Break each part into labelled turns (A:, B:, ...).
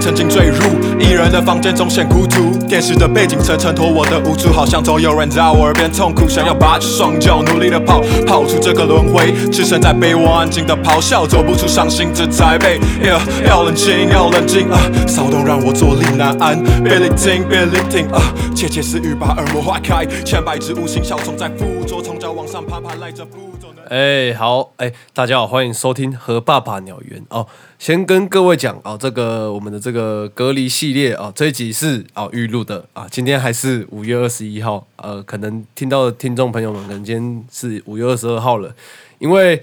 A: 曾经坠入一人的房间中显孤独，电视的背景层衬托我的无助，好像总有人在我耳边痛苦，想要拔起双脚，努力的跑，跑出这个轮回，置身在被窝安静的咆哮，走不出伤心这宅配。Yeah，要冷静，要冷静啊，骚动让我坐立难安，别聆听，别聆听啊，窃窃私语把耳膜划开，千百只无形小虫在附着，从脚往上爬，爬赖着不走的。
B: 哎、好，哎、大家好，欢迎收听《和爸爸鸟园》哦。先跟各位讲哦，这个我们的这个隔离系列哦，这一集是哦预录的啊，今天还是五月二十一号，呃，可能听到的听众朋友们，可能今天是五月二十二号了，因为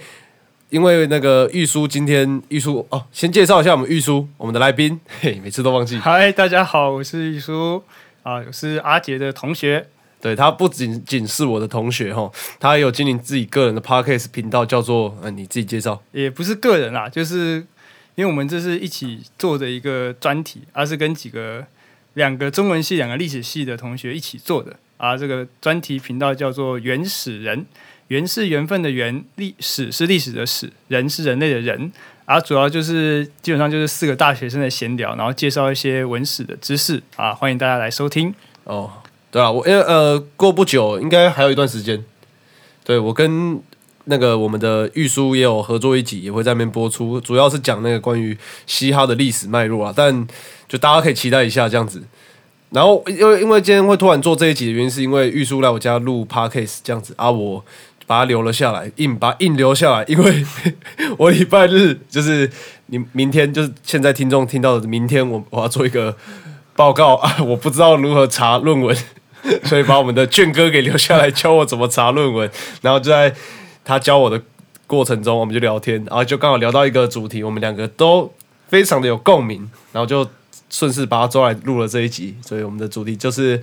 B: 因为那个玉书今天玉书哦，先介绍一下我们玉书，我们的来宾， 嘿，每次都忘记，
C: 嗨，大家好，我是玉叔啊，我是阿杰的同学。
B: 对他不仅仅是我的同学哈，他也有经营自己个人的 podcast 频道，叫做呃你自己介绍。
C: 也不是个人啦，就是因为我们这是一起做的一个专题，而、是跟几个两个中文系、两个历史系的同学一起做的啊。这个专题频道叫做“原始人”，原是缘分的缘，历史是历史的史，人是人类的人。啊，主要就是基本上就是四个大学生的闲聊，然后介绍一些文史的知识啊，欢迎大家来收听。
B: 哦，对啊，我因为呃，过不久应该还有一段时间，对我跟那个我们的玉书也有合作一集，也会在那边播出，主要是讲那个关于嘻哈的历史脉络啊，但就大家可以期待一下这样子。然后，因为因为今天会突然做这一集的原因，是因为玉书来我家录 podcast 这样子啊，我把他留了下来，硬把他硬留下来，因为 我礼拜日就是你明天就是现在听众听到的，明天我我要做一个报告 啊，我不知道如何查论文， 所以把我们的卷哥给留下来教我怎么查论文，然后就在他教我的过程中，我们就聊天，然后就刚好聊到一个主题，我们两个都非常的有共鸣，然后就顺势把他抓来录了这一集，所以我们的主题就是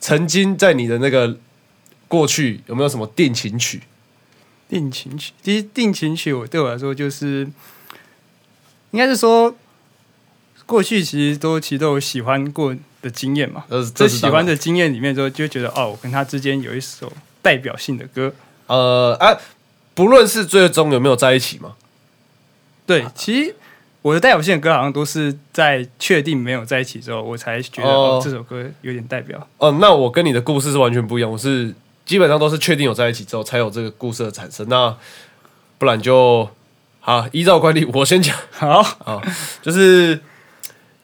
B: 曾经在你的那个过去有没有什么定情曲？
C: 定情曲，其实定情曲我对我来说就是，应该是说，过去其实都其实都有喜欢过的经验嘛。
B: 呃，这
C: 在
B: 是
C: 喜
B: 当
C: 欢
B: 然
C: 的经验里面之后，就觉得哦，我跟他之间有一首代表性的歌。
B: 呃啊，不论是最终有没有在一起嘛，
C: 对，
B: 啊
C: 其实我的代表性的歌好像都是在确定没有在一起之后，我才觉得
B: 哦
C: 哦这首歌有点代表。
B: 哦，那我跟你的故事是完全不一样，我是基本上都是确定有在一起之后才有这个故事的产生，那不然就好依照惯例我先讲，
C: 好，
B: 就是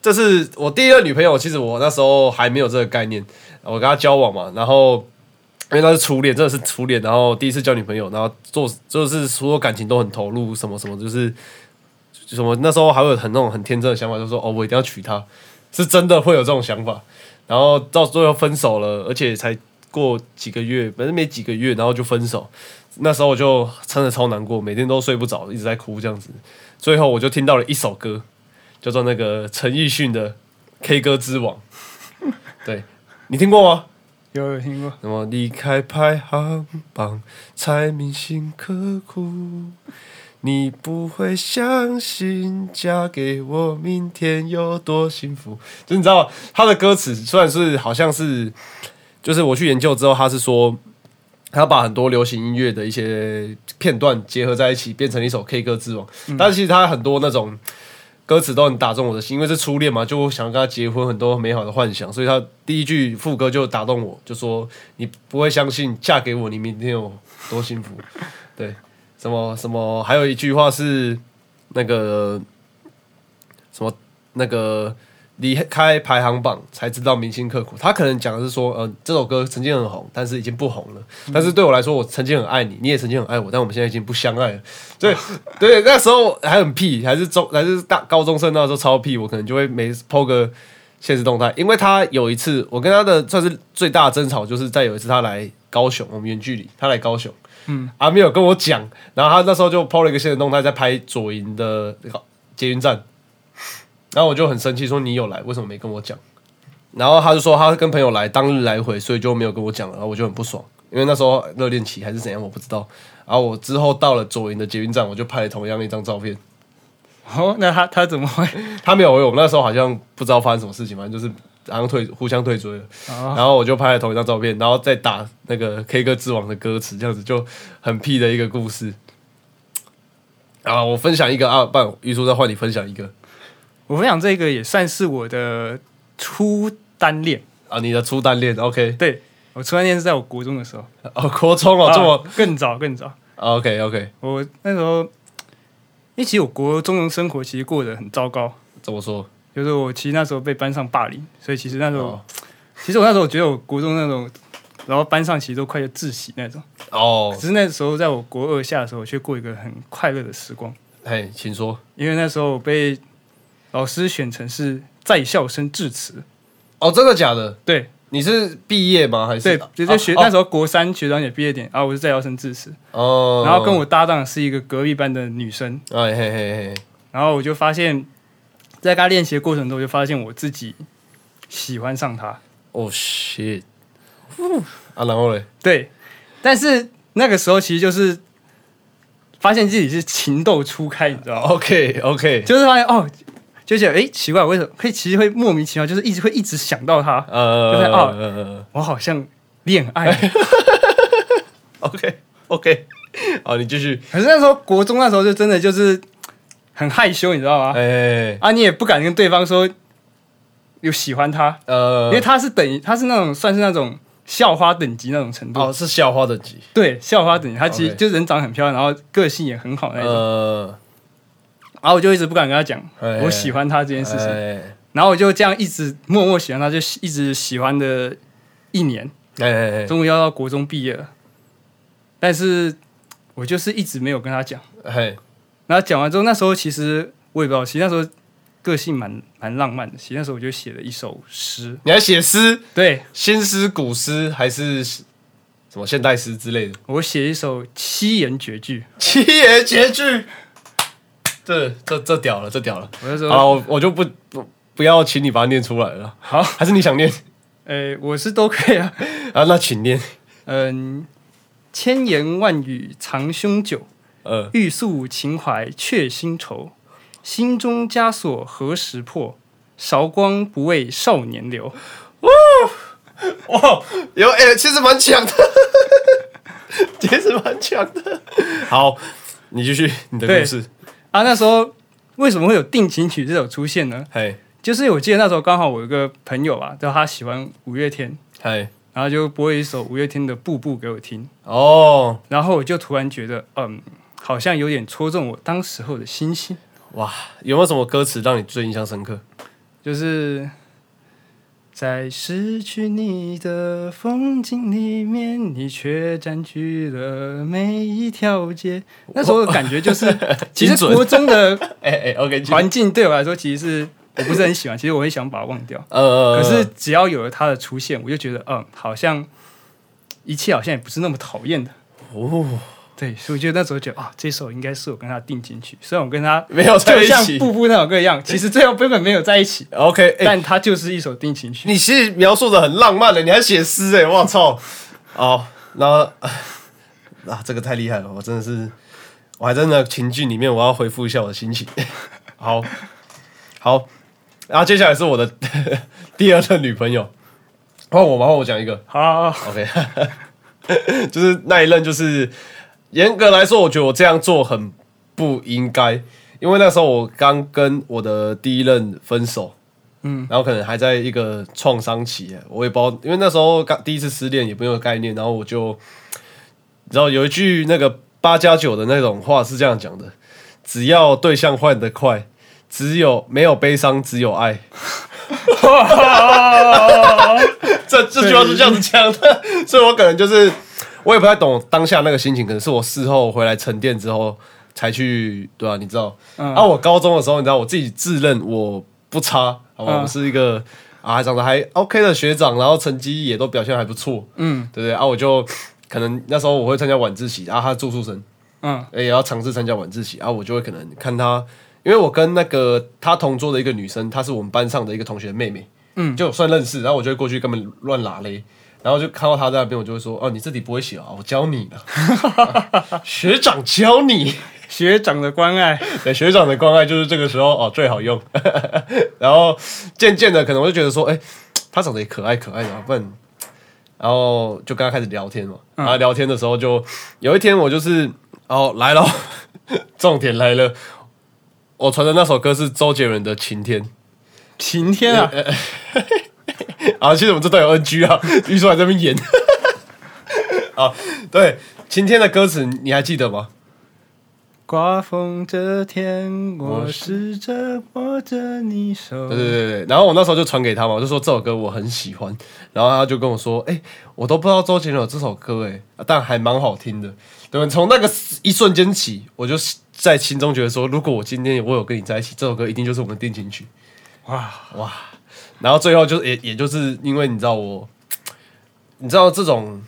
B: 这是我第一个女朋友，其实我那时候还没有这个概念，我跟她交往嘛，然后。因为她是初恋，真的是初恋，然后第一次交女朋友，然后做就是所有感情都很投入，什么什么，就是什么那时候还会有很那种很天真的想法，就说哦，我一定要娶她，是真的会有这种想法。然后到最后分手了，而且才过几个月，反正没几个月，然后就分手。那时候我就真的超难过，每天都睡不着，一直在哭这样子。最后我就听到了一首歌，叫做那个陈奕迅的《K 歌之王》。对你听过吗？
C: 有有听过？
B: 什么离开排行榜，才铭心刻骨。你不会相信嫁给我明天有多幸福。就你知道他的歌词虽然是好像是，就是我去研究之后，他是说他把很多流行音乐的一些片段结合在一起，变成一首 K 歌之王。但是其实他很多那种歌词都很打中我的心，因为是初恋嘛，就想跟他结婚，很多美好的幻想，所以他第一句副歌就打动我，就说你不会相信嫁给我，你明天有多幸福。对，什么什么，还有一句话是那个什么那个离开排行榜才知道铭心刻骨。他可能讲的是说，呃，这首歌曾经很红，但是已经不红了。但是对我来说，我曾经很爱你，你也曾经很爱我，但我们现在已经不相爱了。对对，那时候还很屁，还是中还是大高中生那时候超屁，我可能就会每抛个。现实动态，因为他有一次，我跟他的算是最大的争吵，就是在有一次他来高雄，我们远距离，他来高雄，阿没有跟我讲，然后他那时候就 PO 了一个现实动态，在拍左营的捷运站，然后我就很生气，说你有来，为什么没跟我讲？然后他就说他跟朋友来，当日来回，所以就没有跟我讲了，然后我就很不爽，因为那时候热恋期还是怎样，我不知道。然后我之后到了左营的捷运站，我就拍了同样一张照片，
C: 哦，那他他怎么会？
B: 他没有回我，那时候好像不知道发生什么事情，反正就是好像退互相退追了。
C: 哦
B: 然后我就拍了同一张照片，然后再打那个 K 歌之王的歌词，这样子就很屁的一个故事。啊，我分享一个啊，不然玉叔再换你分享一个。
C: 我分享这个也算是我的初单恋，
B: 啊，你的初单恋，OK，
C: 对我初单恋是在我国中的时候，
B: 哦，国中哦，这么、
C: 啊更早更早，
B: OK OK，
C: 我那时候，一起我国中的生活其实过得很糟糕，
B: 怎么说？
C: 就是我其实那时候被班上霸凌，所以其实那时候，
B: 哦
C: 其实我那时候觉得我国中那种，然后班上其实都快要窒息那种，
B: 哦
C: 只，是那时候在我国二下的时候，我却过一个很快乐的时光，
B: 嘿，请说。
C: 因为那时候我被老师选成是在校生致辞，
B: 哦，真的假的？
C: 对
B: 你是毕业吗？还是
C: 对，直接学、
B: 哦
C: 那时候国三学长姐毕业典礼啊，我是在校生致辞，
B: 哦，
C: 然后跟我搭档是一个隔壁班的女生，
B: 哎嘿嘿嘿，
C: 然后我就发现，在跟他练习的过程中，我就发现我自己喜欢上他。
B: 哦 shit，啊，
C: 哦
B: 然后嘞，
C: 对，但是那个时候其实就是发现自己是情窦初开，你知道吗？
B: OK OK，
C: 就是发现哦，就觉得哎奇怪，为什么会其实会莫名其妙，就是一直会一直想到他，就是
B: 呃
C: 哦
B: 呃
C: 我好像恋爱 了。
B: ，OK OK，好， 你继续。
C: 可是那时候国中那时候就真的就是很害羞，你知道吗？
B: 哎，
C: 啊，你也不敢跟对方说有喜欢他，
B: 呃，
C: 因为他是等于他是那种算是那种校花等级那种程度。
B: 哦是校花等级，
C: 对，校花等级，她其实
B: OK
C: 就人长得很漂亮，然后个性也很好那种。
B: 呃，
C: 然后我就一直不敢跟她讲
B: 哎
C: 我喜欢她这件事情，
B: 哎
C: 然后我就这样一直默默喜欢她，就一直喜欢的一年，
B: 哎哎
C: 终于要到国中毕业了，但是我就是一直没有跟她讲。
B: 哎，
C: 然后讲完之后，那时候其实我也不知道，其实那时候个性蛮蛮浪漫的，其实那时候我就写了一首诗，
B: 你还写诗，
C: 对
B: 新诗、古诗还是什么现代诗之类的？
C: 我写一首七言绝句，
B: 七言绝句，这这这屌了，这屌了。
C: 我就
B: 好了，
C: 说
B: 我我就不不不要，请你把它念出来了。
C: 好，
B: 还是你想念
C: 呃，我是都可以啊。
B: 啊？那请念。
C: 嗯，千言万语藏胸酒，
B: 呃，
C: 欲诉情怀却新愁。心中枷锁何时破？韶光不为少年留。哦
B: 哇，有哎、其实蛮强的， 其实蛮强的。好，你继续你的故事。
C: 啊，那时候为什么会有《定情曲》这首出现呢？
B: 嘿，
C: 就是我记得那时候刚好我有一个朋友啊，就他喜欢五月天，
B: 嘿，
C: 然后就播了一首五月天的《步步》给我听，
B: 哦，
C: 然后我就突然觉得，嗯，好像有点戳中我当时候的心性。
B: 哇，有没有什么歌词让你最印象深刻？
C: 就是在失去你的风景里面，你却占据了每一条街。那时候的感 觉就是，其
B: 精
C: 实
B: 准
C: 国中的
B: 哎、哎、o k 继续
C: 环境对我来说，其实是我不是很 喜欢，其实我很想把它忘掉。
B: 呃呃，
C: 可
B: 呃
C: 是只要有了它的出现，我就觉得，嗯，好像一切好像也不是那么讨厌的。
B: 哦，
C: 对，所以我觉得那时候觉得啊，这首应该是我跟他定情曲。虽然我跟他
B: 没有在
C: 就
B: 一
C: 像
B: 起
C: 《步步》那首歌一样，其实最后根本没有在一起，
B: OK，哎、
C: 但它就是一首定情曲。
B: 你其实描述的很浪漫的，你还写诗哎，我操！哦，然后 啊，这个太厉害了，我真的是，我还在那情境里面，我要回复一下我的心情。 好，好，然后接下来是我的 第二任女朋友，换我吗？换我讲一个
C: 好好 好，
B: ，OK，就是那一任，就是严格来说，我觉得我这样做很不应该，因为那时候我刚跟我的第一任分手。然后可能还在一个创伤期，我也不知道，因为那时候刚第一次失恋也没有概念，然后我就，你知道有一句那个八加九的那种话是这样讲的：只要对象换得快，只有没有悲伤，只有爱。 这这句话是这样子讲的， 所以我可能就是我也不太懂当下那个心情，可能是我事后回来沉淀之后才去，对吧、啊？你知道，
C: 嗯
B: 啊，我高中的时候，你知道我自己自认我不差，好吧，
C: 嗯
B: 我是一个啊长得还 OK 的学长，然后成绩也都表现还不错，
C: 嗯
B: 对不对？啊，我就可能那时候我会参加晚自习，啊，他住宿生，
C: 嗯
B: 也要尝试参加晚自习啊，我就会可能看他，因为我跟那个他同桌的一个女生，她是我们班上的一个同学的妹妹，
C: 嗯
B: 就算认识，然后我就会过去根本乱拉嘞，然后就看到她在那边，我就会说，哦，你这题不会写啊，我教你了， 学长教你，
C: 学长的关爱，
B: 对，学长的关爱就是这个时候哦最好用， 然后渐渐的可能我就觉得说，哎、她长得也可爱可爱的、啊，不然，然后就跟她开始聊天嘛，然后聊天的时候 就有一天我就是哦来了，重点来了，我传的那首歌是周杰伦的《晴天》。
C: 晴天
B: 呃
C: 啊，
B: 啊，其实我们这段有 NG 啊，玉叔还在那边演。 啊，对，晴天的歌词你还记得吗？
C: 刮风这天，我试着握着你手。
B: 对对对对，然后我那时候就传给他嘛，我就说这首歌我很喜欢，然后他就跟我说，哎、我都不知道周杰伦有这首歌、哎、啊但还蛮好听的。对，从那个一瞬间起，我就在心中觉得说，如果我今天我有跟你在一起，这首歌一定就是我们定情曲。
C: 哇
B: 哇！然后最后就也也就是因为你知道我，你知道这种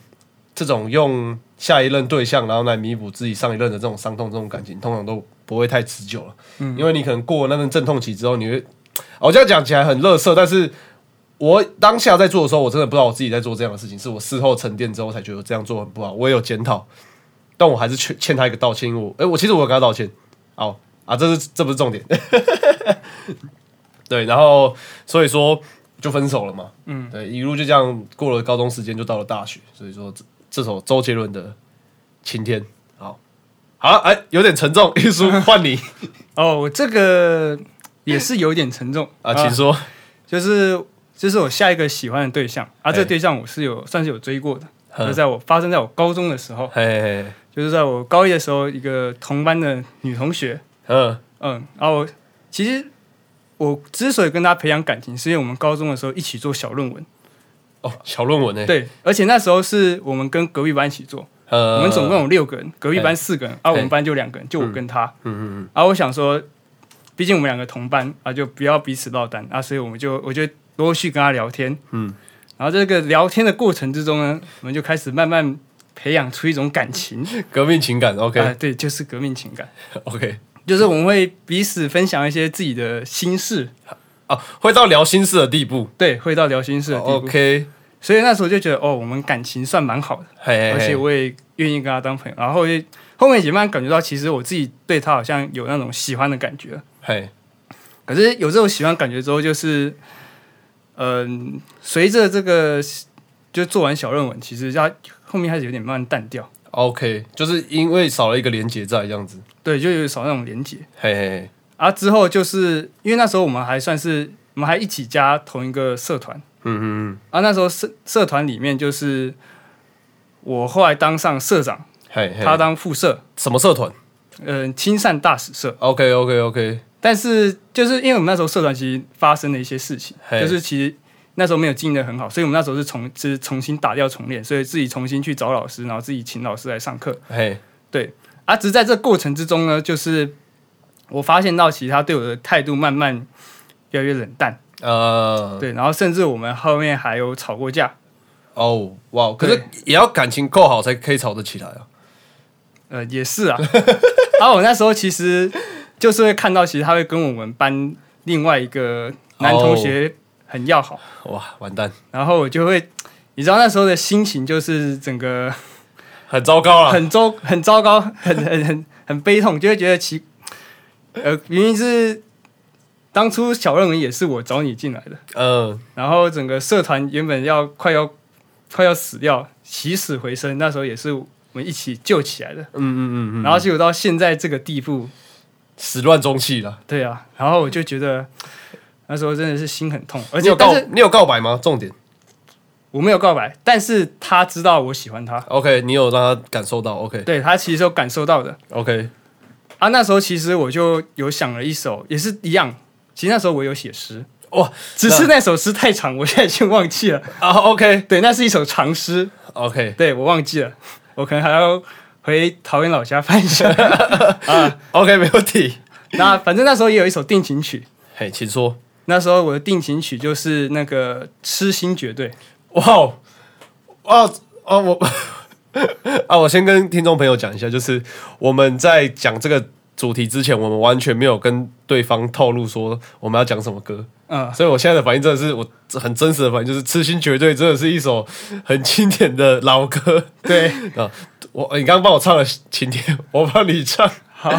B: 这种用下一任对象然后来弥补自己上一任的这种伤痛，这种感情通常都不会太持久了。嗯，因为你可能过了那阵阵痛期之后，你会，我哦这样讲起来很乐色，但是我当下在做的时候，我真的不知道我自己在做这样的事情，是我事后沉淀之后才觉得这样做很不好，我也有检讨，但我还是欠欠他一个道歉。因为我，哎、我其实我有跟他道歉，哦啊，这是这不是重点， 对，然后所以说就分手了嘛，嗯，对，一路就这样过了高中时间，就到了大学，所以说这这首周杰伦的《晴天》，好，好了，哎，有点沉重，玉叔换你
C: 哦，我这个也是有点沉重
B: 啊，请说，
C: 就是这是我下一个喜欢的对象啊，这
B: 哎
C: 个对象我是有算是有追过的，
B: 嗯
C: 就在我发生在我高中的时候，
B: 嘿嘿，嘿
C: 就是在我高一的时候，一个同班的女同学，
B: 嗯，
C: 嗯，然后我其实我之所以跟她培养感情，是因为我们高中的时候一起做小论文，
B: 哦，小论文呢？，
C: 对，而且那时候是我们跟隔壁班一起做，
B: 呃，
C: 我们总共有六个人，隔壁
B: 哎
C: 班四个人，啊，我
B: 哎
C: 们班就两个人，就我跟她，
B: 嗯，嗯
C: 啊，我想说，毕竟我们两个同班啊，就不要彼此落单啊，所以我们就我就多去跟他聊天，
B: 嗯，
C: 然后这个聊天的过程之中呢，我们就开始慢慢培养出一种感情，
B: 嗯，革命情感
C: 啊，
B: ，OK
C: 对，就是革命情感，
B: OK，
C: 就是我们会彼此分享一些自己的心事，
B: 啊，会到聊心事的地步
C: 对，会到聊心事的地步
B: 哦，OK，
C: 所以那时候就觉得哦，我们感情算蛮好的，
B: 嘿，
C: 而且
B: 嘿嘿
C: 我也愿意跟他当朋友，然后也后面也慢慢感觉到，其实我自己对他好像有那种喜欢的感觉了。
B: 嘿，
C: 可是有这种喜欢感觉之后，就是，嗯、随着这个就做完小论文，其实它后面开始有点慢慢淡掉，
B: ，OK，就是因为少了一个连接在这样子，
C: 对，就有少那种连结。
B: 嘿嘿嘿，
C: 啊，之后就是因为那时候我们还算是我们还一起加同一个社团
B: 嗯嗯
C: 啊，那时候社社团里面就是我后来当上社长，
B: 嗯，嘿，嘿
C: 他当副社，
B: 什么社团
C: 嗯、亲善大使社。
B: ？OK OK OK，
C: 但是就是因为我们那时候社团其实发生了一些事情，
B: 嘿
C: 就是其实那时候没有经营的很好，所以我们那时候是重是重新打掉重练，所以自己重新去找老师，然后自己请老师来上课。
B: 嘿，
C: 对，啊，只是在这过程之中呢，就是我发现到其实他对我的态度慢慢越来越冷淡，
B: 呃，
C: 对，然后甚至我们后面还有吵过架，
B: 哦，哇，可
C: 对
B: 是也要感情够好才可以吵得起来啊。
C: 呃，也是啊。 然后我那时候其实就是会看到，其实他会跟我们班另外一个男同学很要
B: 哦
C: 好。
B: 哇，完蛋，
C: 然后我就会，你知道那时候的心情就是整个
B: 很糟糕啊。
C: 很糟、很糟糕、很很很很悲痛，就会觉得奇，呃，明明是当初小论文也是我找你进来的，
B: 嗯，
C: 然后整个社团原本要快要快要死掉，起死回生，那时候也是我们一起救起来的，
B: 嗯嗯嗯嗯，
C: 然后结果到现在这个地步，
B: 始乱终弃了。
C: 对啊，然后我就 觉得那时候真的是心很痛，而
B: 你
C: 且
B: 有告
C: 但是
B: 你有告白吗？重点
C: 我没有告白，但是他知道我喜欢他，
B: ，OK，你有让他感受到，OK
C: 对他其实有感受到的。
B: OK，
C: 啊，那时候其实我就有想了一首，也是一样。其实那时候我有写诗，
B: 哇
C: 只是那首诗太长，我现在已经忘记了。
B: 啊，OK
C: 对，那是一首长诗，
B: OK
C: 对我忘记了，我可能还要回桃园老家翻一下 啊。
B: OK，没问题。
C: 那反正那时候也有一首定情曲，
B: 嘿，请说。
C: 那时候我的定情曲就是那个《痴心绝对》。
B: 哇哦哇啊我啊！我先跟听众朋友讲一下，就是我们在讲这个主题之前，我们完全没有跟对方透露说我们要讲什么歌。
C: 嗯，
B: 所以我现在的反应真的是我很真实的反应，就是《痴心绝对》真的是一首很经典的老歌
C: 对，
B: 啊！我你刚刚帮我唱了《晴天》，我帮你唱。
C: 好，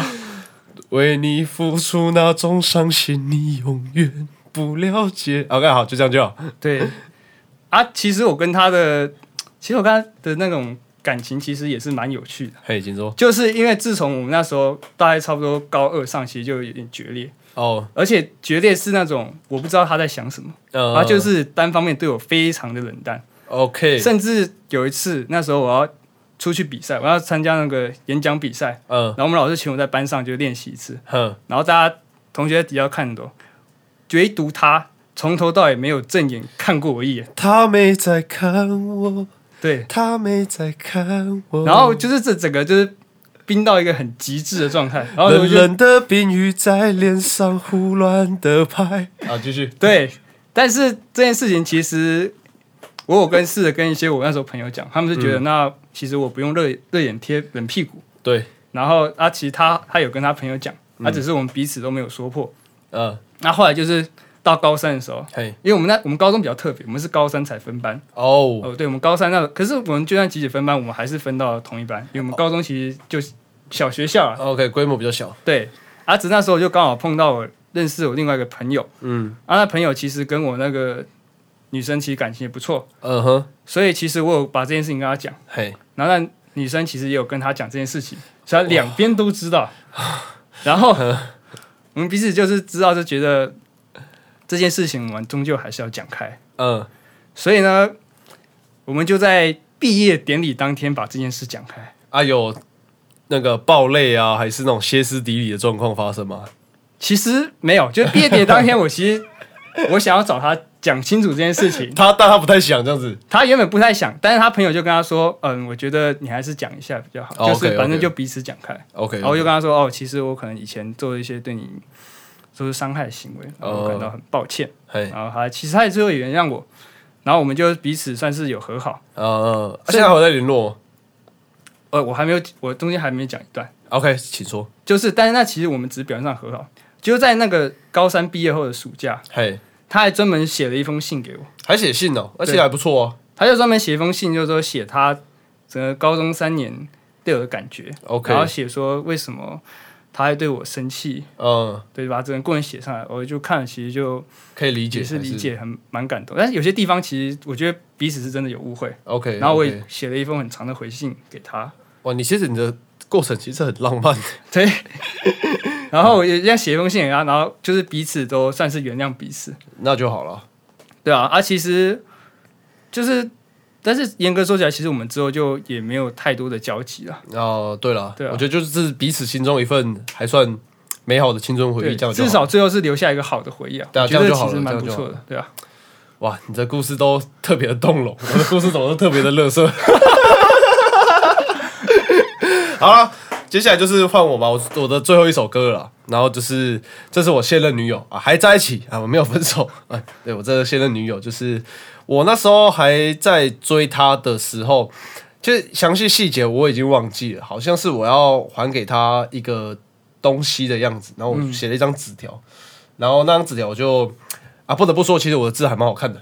B: 为你付出那种伤心，你永远不了解。OK，好， 就这样就好。
C: 对。啊，其实我跟他的，其实我跟他的那种感情其实也是蛮有趣的。
B: 嘿，请说。
C: 就是因为自从我们那时候大概差不多高二上，其实就有点决裂，
B: 哦，
C: 而且决裂是那种我不知道他在想什么，
B: 呃，
C: 他就是单方面对我非常的冷淡，
B: OK，
C: 甚至有一次那时候我要出去比赛，我要参加那个演讲比赛，
B: 嗯
C: 然后我们老师请我在班上就练习一次，
B: 哼，
C: 然后大家同学在底下看的，唯独他从头到尾没有正眼看过我一眼，
B: 他没在看我，
C: 对，
B: 他没在看我。
C: 然后就是这整个就是冰到一个很极致的状态，然后我
B: 冷
C: 就
B: 冷的冰雨在脸上胡乱的拍。啊，继续。
C: 对，但是这件事情其实我有跟试着跟一些我那时候朋友讲，他们是
B: 嗯
C: 觉得、那其实我不用热热眼贴冷屁股，
B: 对，
C: 然后啊，其实他他有跟他朋友讲，啊，只是我们彼此都没有说破。
B: 嗯，
C: 那、后来就是到高三的时候，
B: 嘿，
C: 因为我们那我们高中比较特别，我们是高三才分班
B: 哦，
C: 哦，对，我们高三那可是我们就算集体分班，我们还是分到同一班，因为我们高中其实就小学校啊，
B: OK，规模比较小。
C: 对，啊，只是那时候就刚好碰到我认识我另外一个朋友，
B: 嗯
C: 啊，那朋友其实跟我那个女生其实感情也不错，
B: 嗯哼，
C: 所以其实我有把这件事情跟她讲，
B: 嘿，
C: 然后那女生其实也有跟她讲这件事情，所以她两边都知道。然后我们彼此就是知道，就觉得这件事情我们终究还是要讲开，
B: 嗯，
C: 所以呢，我们就在毕业典礼当天把这件事讲开。
B: 啊有那个爆泪啊，还是那种歇斯底里的状况发生吗？
C: 其实没有，就是毕业典礼当天，我其实我想要找她讲清楚这件事情，
B: 他但他不太想这样子。
C: 他原本不太想，但是他朋友就跟他说：“嗯，我觉得你还是讲一下比较好，
B: 哦
C: 就是
B: OK，OK
C: 反正就彼此讲开。
B: OK，
C: 然后我就跟他说：“哦，其实我可能以前做了一些对你做出伤害的行为，然
B: 哦
C: 后我感到很抱歉。
B: 嘿，
C: 然后他其实他也最后也原谅我，然后我们就彼此算是有和好。
B: 呃，现在还有在联络吗
C: 呃，我还没有，我中间还没讲一段，
B: 哦？OK，请说。
C: 就是但是那其实我们只是表面上和好。就在那个高三毕业后的暑假，
B: 嘿，
C: 他还专门写了一封信给我，
B: 还写信哦，而且
C: 对
B: 还不错哦。
C: 他就专门写一封信，就是说写他整个高中三年对我的感觉。
B: OK，
C: 然后写说为什么他还对我生气，
B: 嗯，
C: 对吧？整个过程写上来，我就看了，其实就
B: 可以理解，
C: 也是
B: 还
C: 理。解很蛮感动。但是有些地方其实我觉得彼此是真的有误会。
B: OK，
C: 然后我也
B: OK
C: 写了一封很长的回信给他，
B: 哇，你其实你的过程其实很浪漫。
C: 对， 然后我也要写一封信给他，然后就是彼此都算是原谅彼此，
B: 那就好了。
C: 对啊，啊，其实就是，但是严格说起来，其实我们之后就也没有太多的交集了，
B: 哦、对了，
C: 对啊
B: 我觉得就是彼此心中一份还算美好的青春回
C: 对，
B: 忆，这样就
C: 至
B: 好
C: 少最后是留下一个好的回忆啊，
B: 对啊
C: 我觉
B: 这
C: 得
B: 样就好
C: 其实
B: 了
C: 蛮
B: 这样
C: 不
B: 就
C: 错
B: 好
C: 的，对啊。
B: 哇，你这故事都特别的动容， 我的故事怎么都特别的乐色。 好了，接下来就是换我嘛，我我的最后一首歌了啦。然后就是，这是我现任女友啊，还在一起啊，我没有分手 啊。对我这个现任女友，就是我那时候还在追她的时候，就是详细细节我已经忘记了，好像是我要还给她一个东西的样子，然后我写了一张纸条，然后那张纸条我就啊，不得不说，其实我的字还蛮好看的。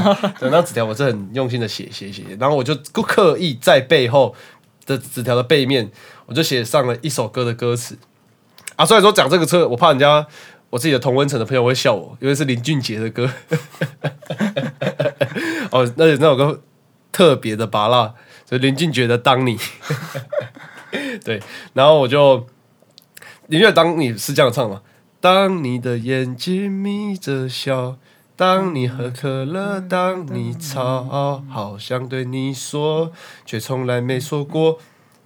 B: 对那张纸条我是很用心的写写写，然后我就刻意在背后的纸条的背面，我就写上了一首歌的歌词。啊，虽然说讲这个车，我怕人家我自己的同温层的朋友会笑我，因为是林俊杰的歌。 哦，而且那首歌特别的拔辣，就林俊杰的《当你》。 对，然后我就林俊杰的《当你》是这样唱嘛？当你的眼睛眯着笑，当你喝可乐，当你吵，好想对你说，却从来没说过。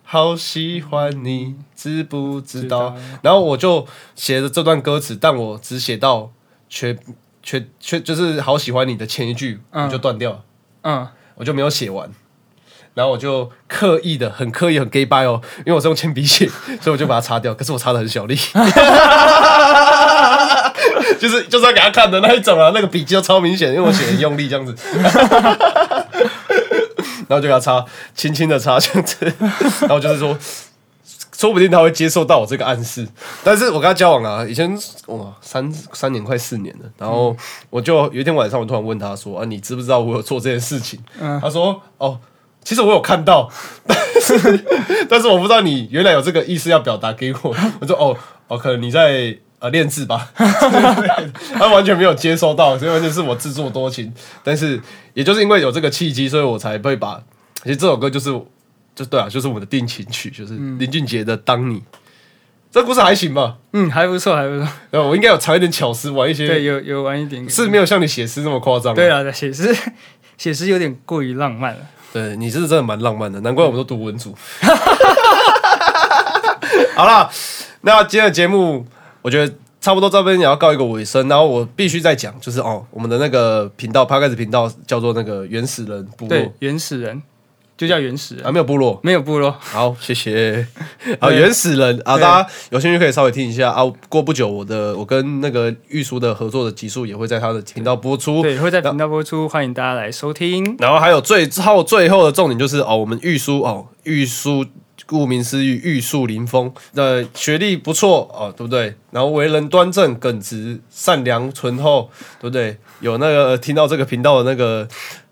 B: 好喜欢你，知不知道？然后我就写了这段歌词，但我只写到却却却就是好喜欢你的前一句，
C: 嗯
B: 我就断掉了，
C: 嗯，
B: 我就没有写完。然后我就刻意的，很刻意，很 gay bye 哦，因为我是用铅笔写， 所以我就把它擦掉。可是我擦的很小力， 就是就是要给他看的那一种啊，那个笔记都超明显，因为我写的用力这样子， 然后就给他擦，轻轻的擦这样子，然后就是说，说不定他会接受到我这个暗示。但是我跟他交往啊，以前哇三三年快四年了，然后我就有一天晚上，我突然问他说啊，你知不知道我有做这件事情？他说哦。其实我有看到， 但是但是我不知道你原来有这个意思要表达给我。 我说哦哦，可能你在呃练字吧， 他完全没有接收到，所以完全是我自作多情。但是也就是因为有这个契机，所以我才会把其实这首歌就是就对啊，就是我们的定情曲，就是林俊杰的《当你》这故事还行吧？
C: 嗯，还不错，还不错。
B: 然后我应该有藏一点巧思，玩一
C: 对，
B: 些
C: 有有玩一点点。
B: 是没有像你写诗那么夸张。啊
C: 对，啊了，写诗 写诗有点过于浪漫了。
B: 对你是真的蛮浪漫的，难怪我们都读文 组。好啦，那今天的节目我觉得差不多这边也要告一个尾声，然后我必须再讲，就是哦，我们的那个频道 p o d 频道叫做那个原始人部
C: 对
B: 落，
C: 原始人就叫原始人，
B: 啊，没有部落。
C: 没有部落。
B: 好，谢 谢。啊，原始人啊，
C: 对
B: 大家有兴趣可以稍微听一下啊。过不久，我的我跟那个玉叔的合作的集数也会在他的频道播出。
C: 对，会在
B: 然
C: 频道播出，欢迎大家来收听。
B: 然后还有最后最后的重点就是哦，我们玉书哦，玉书顾名思义，玉树临风，呃，学历不错哦，对不对？然后为人端正、耿直、善良、醇厚，对不对？有那个听到这个频道的那个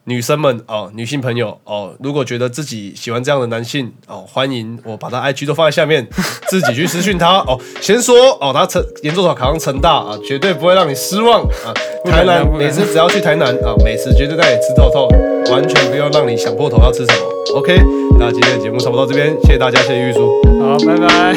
B: 女生们哦，女性朋友哦，如果觉得自己喜欢这样的男性哦，欢迎我把他 IG 都放在下面，自己去私讯他哦。先说哦，他成研究所考上成大啊，绝对不会让你失望啊。
C: 不
B: 台
C: 敢当
B: 南
C: 不敢
B: 每次只要去台南啊，美食绝对带你吃透透，完全不用让你想破头要吃什么。OK，那今天的节目差不多到这边，谢谢大家，谢谢玉叔。
C: 好，拜拜。